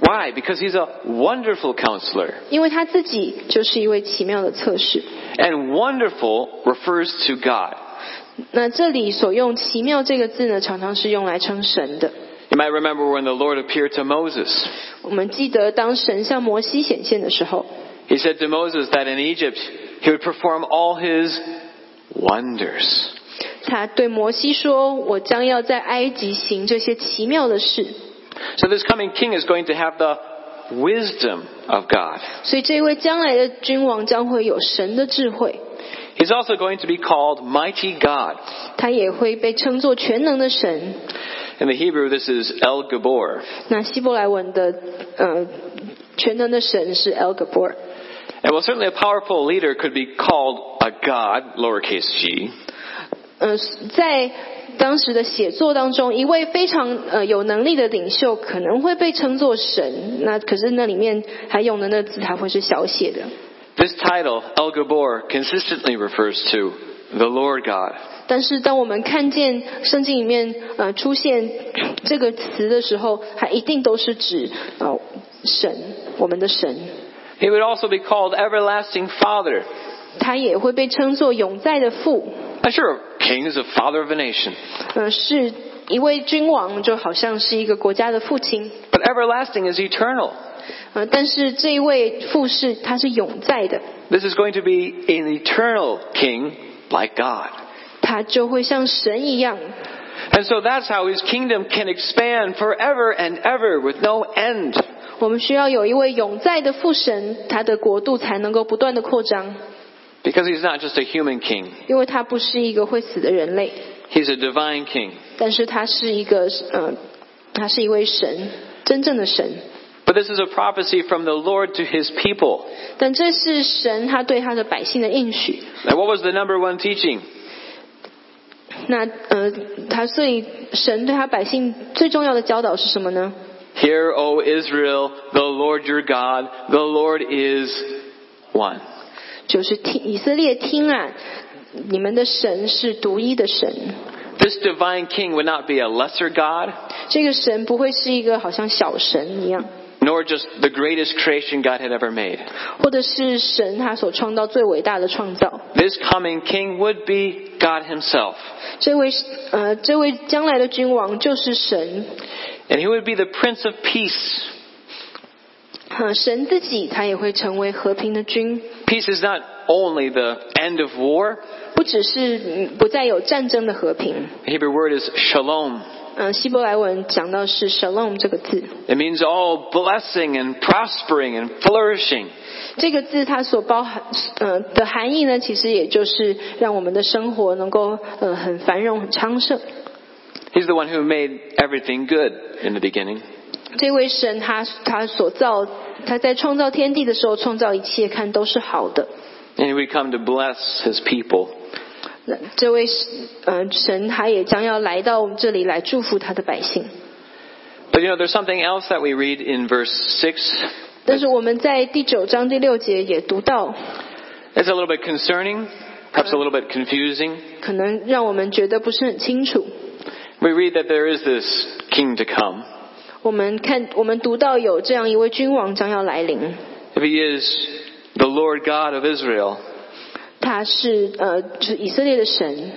Why? Because he's a wonderful counselor.
因为他自己就是一位奇妙的测试。
And wonderful refers to God.
那这里所用“奇妙”这个字呢，常常是用来称神的。
You might remember when the Lord appeared to Moses.
我们记得，当神向摩西显现的时候，
He said to Moses that in Egypt he would perform all his wonders.
他对摩西说：“我将要在埃及行这些奇妙的事。
So this coming king is going to have the wisdom of God. ”
所以，这位将来的君王将会有神的智慧，
He's also going to be called Mighty God.
他也会被称作全能的神。
In the Hebrew, this is El Gabor.
那希伯来文的呃，全能的神是 El Gabor。
And well, certainly a powerful leader could be called a God, lowercase g.
呃，在当时的写作当中，一位非常呃有能力的领袖可能会被称作神，那可是那里面还用的那字它会是小写的。
This title, El Gabor, consistently refers to the Lord God.
但是当我们看见圣经里面呃出现 这个词的时候，它一定都是指呃神，我们的神，
He would also be called Everlasting Father.
他也会被称作永在的父，
I'm sure a king is a father of a nation.
呃是一位君王，就好像是一个国家的父亲，
But everlasting is eternal.
呃但是这一位父是他是永在的，
This is going to be an eternal king like God.
他就会像神一样，
And so that's how his kingdom can expand forever and ever with no end.
我们需要有一位永在的父神，他的国度才能够不断的扩张，
Because he's not just a human king,
因为他不是一个会死的人类，
he's a divine king.
但是他是一个呃，他是一位神，真正的神。
But this is a prophecy from the Lord to his people.
但这是神他对他的百姓的应许。
And what was the number one teaching?
那呃，他所以神对他百姓最重要的教导是什么呢？
Hear, O Israel, the Lord your God, the Lord is one.
就是听以色列听啊，你们的神是独一的神，
This divine king would not be a lesser God,
这个神不会是一个好像小神一样，
nor just the greatest creation God had ever made.
或者是神他所创造最伟大的创造。
This coming king would be God himself.
这位呃，这位将来的君王就是神，
And he would be the Prince of Peace.
呃，神自己他也会成为和平的君，
Peace is not only the end of war.
不只是嗯不再有战争的和平。
The Hebrew word is shalom.
嗯、希伯来文讲到是 shalom 这个字，
It means all blessing and prospering and flourishing.
这个字它所包含呃的含义呢，其实也就是让我们的生活能够呃很繁荣、很昌盛。
He's the one who made everything good in the beginning.
这位神他他所造，他在创造天地的时候创造一切，看都是好的。
And he would come to bless his people.
那这位神呃神他也将要来到我们这里来祝福他的百姓。
But you know, there's something else that we read in verse 6.
但是我们在第九章第六节也读到，
It's a little bit concerning, perhaps a little bit confusing.
可能让我们觉得不是很清楚。
We read that there is this king to come.
我们看，我们读到有这样一位君王将要来临，
If he is the Lord God of Israel,
他是呃，就是以色列的神，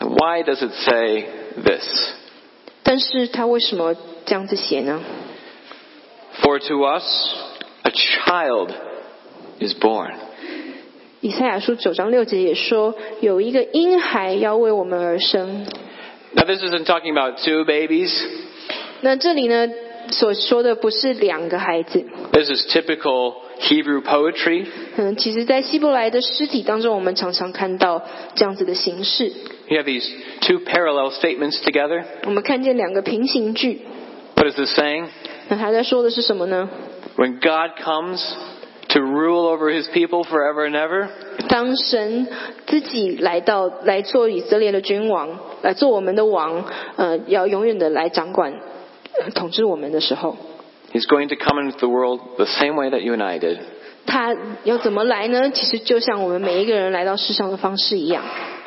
then why does it say this?
但是他为什么这样子写呢？
For to us a child is born.
以赛亚书九章六节也说，有一个婴孩要为我们而生。
Now, this isn't talking about two babies.
那这里呢，所说的不是两个孩子，
This is typical Hebrew poetry.
嗯，其实，在希伯来的尸体当中，我们常常看到这样子的形式。
You have these two parallel statements together.
我们看见两个平行句，
What is this saying?
那他在说的是什么呢？
When God comes to rule over his people forever and ever,
当神自己来到来做以色列的君王，来做我们的王，呃，要永远的来掌管、呃统治我们的时候，
he's going to come into the world the same way that you and I did.
他要怎么来呢？其实就像我们每一个人来到世上的方式一样，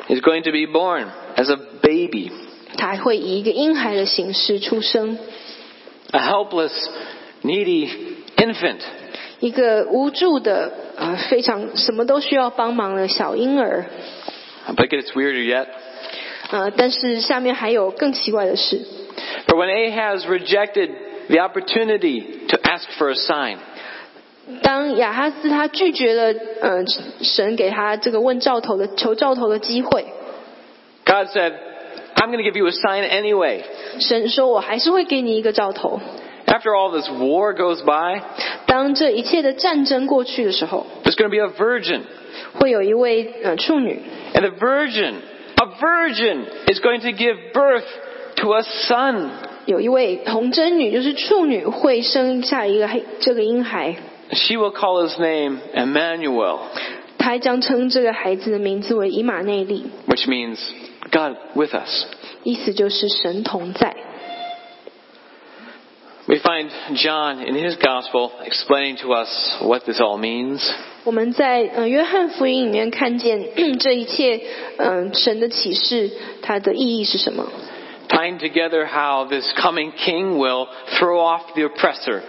He's going to be born as a baby,
他会以一个婴孩的形式出生，
a helpless, needy infant.
一个无助的呃，非常什么都需要帮忙的小婴儿。
But it gets weirder yet.
呃，但是下面还有更奇怪的事，
For when Ahaz rejected the opportunity to ask for a sign,
当亚哈斯他拒绝了呃神给他这个问兆头的求兆头的机会，
God said, I'm going to give you a sign anyway.
神说：“我还是会给你一个兆头。
After all this war goes by,
当这一切的战争过去的时候，
there's going to be a virgin.
会有一位呃处女，
And the virgin, a virgin, is going to give birth to a son.
有一位童贞女，就是处女会生下一个黑这个婴孩，
She will call his name Emmanuel,
她将称这个孩子的名字为以马内利，
which means God with us.
意思就是神同在。
We find John in his gospel explaining to us what this all means.
我们在呃约翰福音里面看见 这一切，嗯、神的启示它的意义是什么？
tying together how this coming king will throw off the oppressor.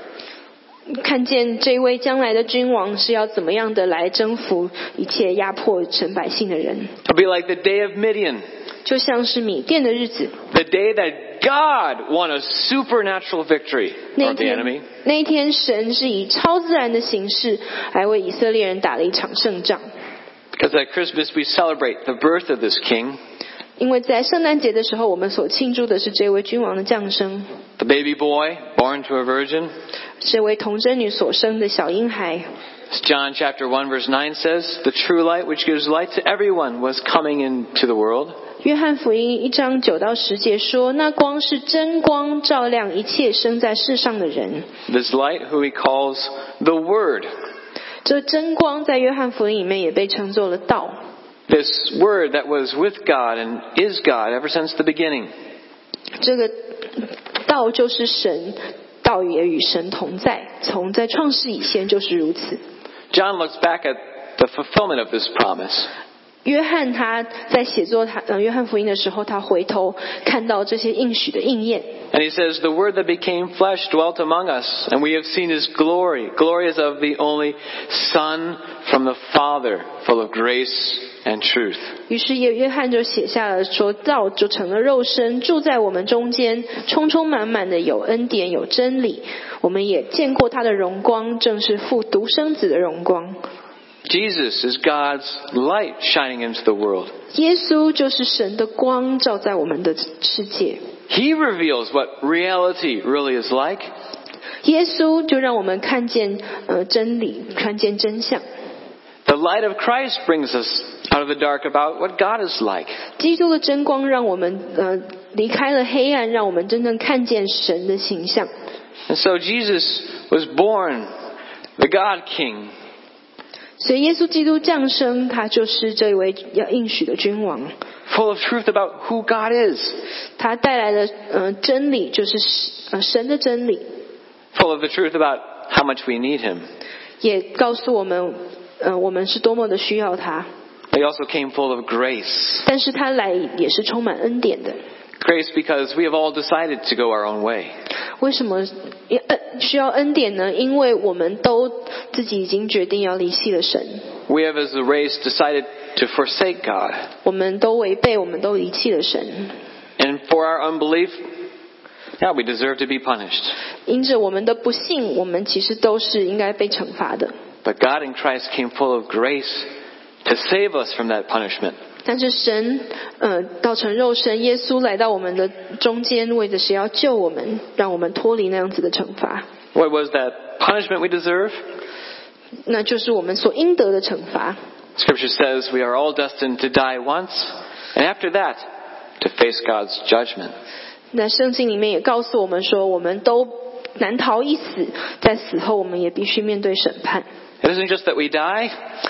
看见这位将来的君王是要怎么样的来征服一切压迫神百姓的人？
It'll be like the day of Midian,
就像是米店的日子，
the day that God won a supernatural victory
那一
over the
天
enemy.
那一天，神是以超自然的形式来为以色列人打了一场胜仗。
Because at Christmas we celebrate the birth of this king,
因为在圣诞节的时候，我们所庆祝的是这位君王的降生，
the baby boy born to a virgin.
这位童贞女所生的小婴孩。
As John chapter 1 verse 9 says, the true light which gives light to everyone was coming into the world.
约翰福音一章九到十节说：“那光是真光，照亮一切生在世上的人。
This light who he calls the Word. ”
这真光在约翰福音里面也被称作了道。
This Word that was with God and is God ever since the beginning.
这个道就是神，道也与神同在，从在创世以前就是如此。
John looks back at the fulfillment of this promise.
约翰他在写作他呃约翰福音的时候，他回头看到这些应许的应验，
And he says, The Word that became flesh dwelt among us, and we have seen his glory. Glory is of the only Son from the Father, full of grace and truth.
于是约约翰就写下了说道就成了肉身，住在我们中间，充充满满的有恩典有真理。我们也见过他的荣光，正是父独生子的荣光。
Jesus is God's light shining into the world.
耶稣就是神的光，照在我们的世界。
He reveals what reality really is like.
耶稣就让我们看见呃真理，看见真相。
The light of Christ brings us out of the dark about what God is like.
基督的真光让我们呃离开了黑暗，让我们真正看见神的形象。
And so Jesus was born the God King.
所以耶稣基督降生，他就是这位要应许的君王。
full of truth about who God is,
他带来的呃真理就是呃神的真理，
full of the truth about how much we need Him.
也告诉我们呃我们是多么的需要他。
He also came full of grace.
但是他来也是充满恩典的。
Grace because we have all decided to go our own way.
为什么因呃需要恩典呢？因为我们都自己已经决定要离弃了神，
We have, as the race, decided to forsake God.
我们都违背，我们都离弃了神，
And for our unbelief, yeah, we deserve to be punished.
因着我们的不幸，我们其实都是应该被惩罚的。
But God in Christ came full of grace to save us from that punishment.
但是神，呃，道成肉身，耶稣来到我们的中间，为的是要救我们，让我们脱离那样子的惩罚，
What was that punishment we deserve?
那就是我们所应得的惩罚。
Scripture says we are all destined to die once, and after that, to face God's judgment.
那圣经里面也告诉我们说，我们都难逃一死，在死后我们也必须面对审判，
It isn't just that we die,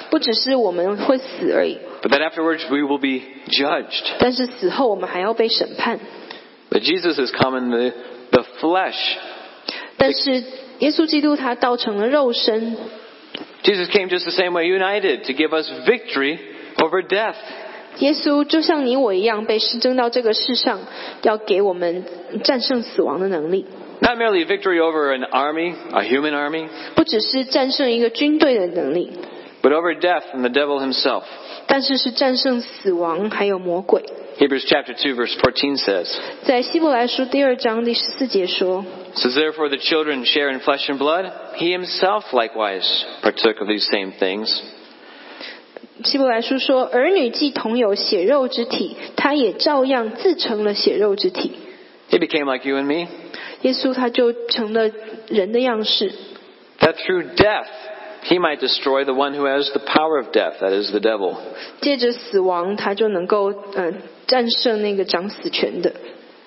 不只是我们会死而已，
but that afterwards we will be judged.
但是死后我们还要被审判。
But Jesus has come in the, the flesh.
但是耶稣基督他道成了肉身，
Jesus came just the same way, united, to give us victory over death.
耶稣就像你我一样被施征到这个世上，要给我们战胜死亡的能力，
Not merely victory over an army, a human army,
不只是战胜一个军队的能力，
but over death and the devil himself.
但是是战胜死亡还有魔鬼。
Hebrews chapter 2 verse 14 says,
在希伯来书第二章第十四节说。
Says therefore the children share in flesh and blood, he himself likewise partook of these same things,
希伯来书说：“儿女既同有血肉之体，他也照样自成了血肉之体。
He became like you and me. ”
耶稣他就成了人的样式，
That through death he might destroy the one who has the power of death, that is the devil,
借着死亡，他就能够呃战胜那个掌死权的，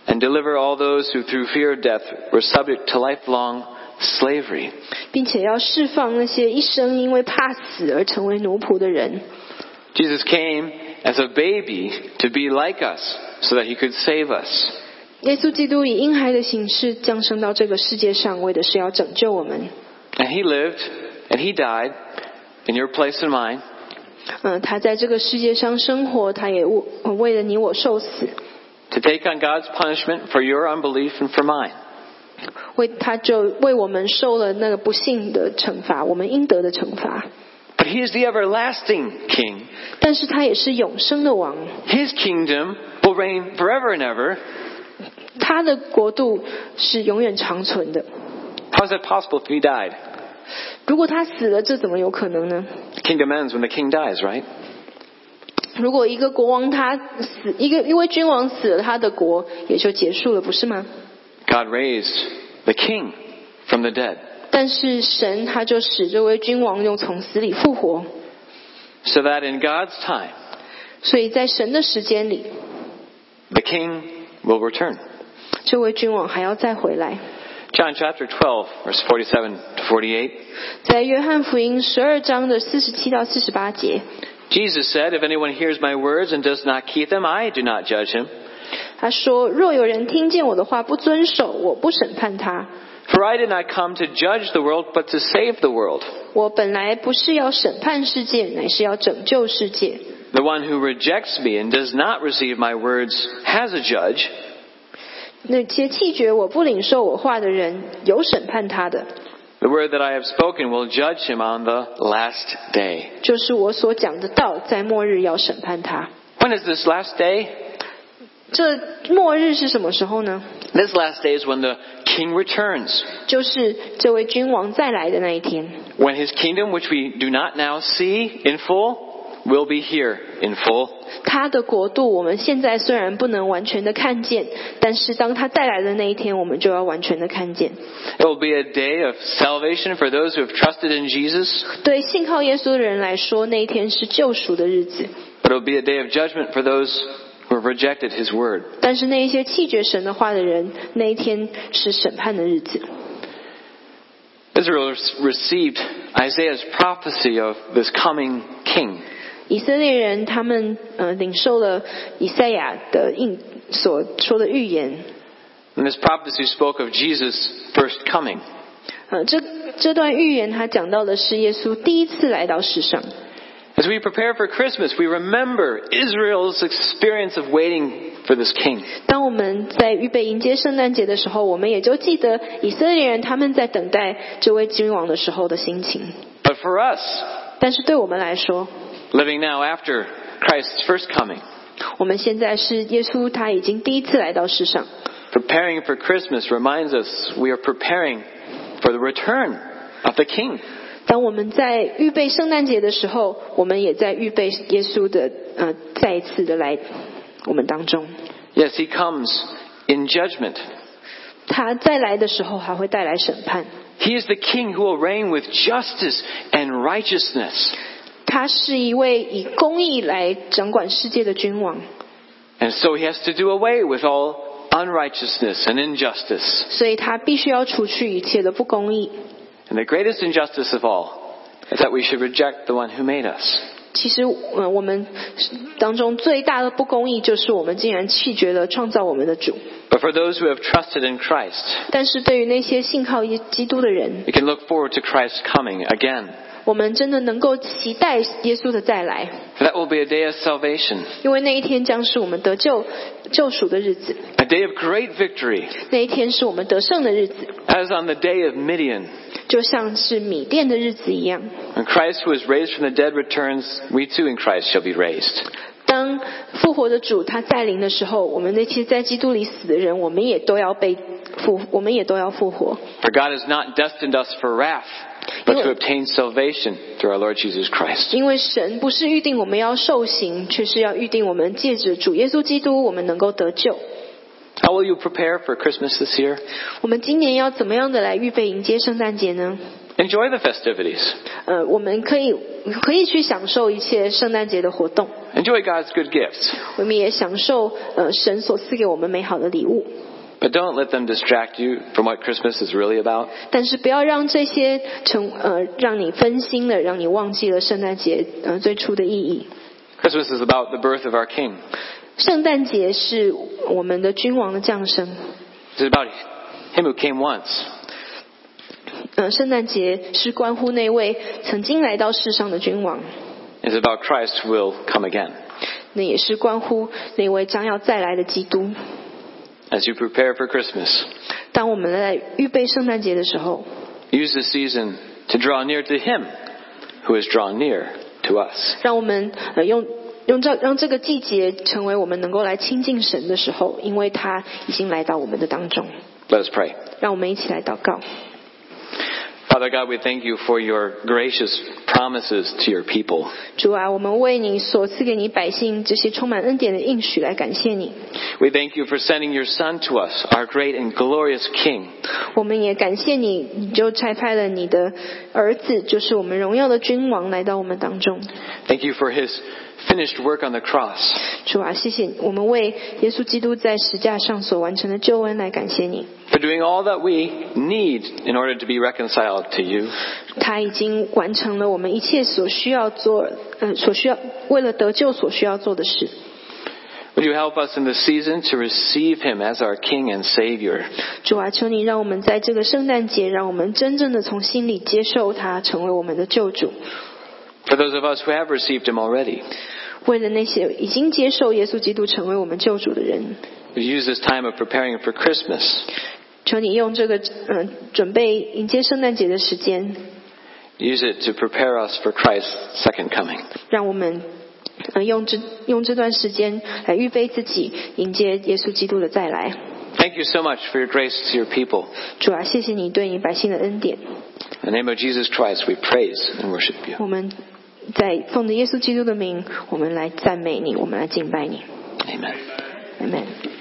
and deliver all those who through fear of death were subject to lifelong slavery.
并且要释放那些一生因为怕死而成为奴仆的人。
Jesus came as a baby to be like us so that he could save us.
耶稣基督以婴孩的形式降生到这个世界上，为的是要拯救我们。
And he lived and he died in your place and mine
嗯、他在这个世界上生活，他也为为了你我受死，
to take on God's punishment for your unbelief and for mine.
为他就为我们受了那个不幸的惩罚，我们应得的惩罚。
But he is the everlasting king.
但是他也是永生的王，
His kingdom will reign forever and ever.
他的国度是永远长存的。
How is that possible if he died?
如果他死了，这怎么有可能呢？
The kingdom ends when the king dies, right?
如果一个国王他死，一个因为君王死了，他的国也就结束了，不是吗？
God raised the king from the dead
但是神他就使这位君王又从死里复活，
so that in God's time,
所以在神的时间里，
the king will return.
这位君王还要再回来。
John chapter 12, verse 47 to 48.
在约翰福音十二章的四十七到四十八节，
Jesus said, If anyone hears my words and does not keep them, I do not judge him.
他说：“若有人听见我的话不遵守，我不审判他。
For I did not come to judge the world, but to save the world.
我本来不是要审判世界，乃是要拯救世界。
The one who rejects me and does not receive my words has a judge.
那些弃绝我不领受我话的人，有审判他的，
The word that I have spoken will judge him on the last day.
就是我所讲的道，在末日要审判他。
When is this last day?
这末日是什么时候呢？
This last day is when the king returns,
就是这位君王再来的那一天。
when his kingdom, which we do not now see in full, will be here in full.
他的国度，我们现在虽然不能完全的看见，但是当他带来的那一天，我们就要完全的看见。
It will be a day of salvation for those who have trusted in Jesus,
对信靠耶稣的人来说，那一天是救赎的日子；
but it will be a day of judgment for those who have rejected his word.
但是那一些弃绝神的话的人，那一天是审判的日子。
Israel received Isaiah's prophecy of this coming king.
以色列人他们呃领受了以赛亚的应所说的预言，
And this prophecy spoke of Jesus' first coming.
呃这这段预言他讲到的是耶稣第一次来到世上。
As we prepare for Christmas, we remember Israel's experience of waiting for this king.
当我们在预备迎接圣诞节的时候，我们也就记得以色列人他们在等待这位君王的时候的心情。
But for us,
但是对我们来说，
living now after Christ's first coming,
我们现在是耶稣他已经第一次来到世上，
preparing for Christmas reminds us we are preparing for the return of the king.
当我们在预备圣诞节的时候，我们也在预备耶稣的呃再一次的来我们当中。
Yes, he comes in judgment.
他再来的时候还会带来审判，
He is the king who will reign with justice and righteousness.
他是一位以公义来掌管世界的君王，
And so he has to do away with all unrighteousness and injustice.
所以他必须要除去一切的不公义。
And the greatest injustice of all is that we should reject the one who made us.
其实，呃，我们当中最大的不公义就是我们竟然弃绝了创造我们的主。
But for those who have trusted in Christ,
但是对于那些信靠耶基督的人，
we can look forward to Christ's coming again.
我们真的能够期待耶稣的再来，
That will be a day of salvation,
因为那一天将是我们得救救赎的日子，
a day of great victory,
那一天是我们得胜的日子，
as on the day of Midian.
就像是米店的日子一样。
When Christ who is raised from the dead returns, we too in Christ shall be raised.
当复活的主他再临的时候，我们那些在基督里死的人，我们也都要被复，我们也都要复活。
For God has not destined us for wrath, but to obtain salvation through our Lord Jesus Christ.
因为神不是预定我们要受刑，却是要预定我们借着主耶稣基督，我们能够得救。
How will you prepare for Christmas this year?
我们今年要怎么样的来预备迎接圣诞节呢？
Enjoy the festivities.
呃，我们可以可以去享受一切圣诞节的活动，
Enjoy God's good gifts.
我们也享受呃神所赐给我们美好的礼物，
But don't let them distract you from what Christmas is really about.
但是不要让这些成呃让你分心了，让你忘记了圣诞节呃最初的意义。
Christmas is about the birth of our King.
圣诞节是我们的君王的降生，
It's about Him who came once.
呃，圣诞节是关乎那位曾经来到世上的君王，
It's about Christ who will come again.
那也是关乎那位将要再来的基督。
As you prepare for Christmas,
当我们在预备圣诞节的时候，
use the season to draw near to Him who has drawn near to us.
让我们呃用用这让这个季节成为我们能够来亲近神的时候，因为他已经来到我们的当中。
Let us pray.
让我们一起来祷告，
Father God, we thank you for your gracious promises to your people.
主啊，我们为你所赐给你百姓这些充满恩典的应许来感谢你。
We thank you for sending your Son to us, our great and glorious King.
我们也感谢你，你就差派了你的儿子，就是我们荣耀的君王，来到我们当中。
Thank you for his finished work on the cross.
主啊，谢谢我们为耶稣基督在十架上所完成的救恩来感谢你。
for doing all that we need in order to be reconciled to you.
他已经完成了我们一切所需要做，呃，所需要为了得救所需要做的事。
Would you help us in this season to receive him as our King and Savior?
主啊，求你让我们在这个圣诞节，让我们真正的从心里接受他，成为我们的救主。
For those of us who have received him already,
为了那些已经接受耶稣基督成为我们救主的人，
would you use this time of preparing for Christmas?
求你用这个嗯、呃准备迎接圣诞节的时间，
Use it to prepare us for Christ's second coming.
让我们呃用这用这段时间来预备自己，迎接耶稣基督的再来。
Thank you so much for your grace to your people.
主啊，谢谢你对你百姓的恩典。
In the name of Jesus Christ, we praise and worship you.
我们在奉着耶稣基督的名，我们来赞美你，我们来敬拜你
Amen.
，Amen。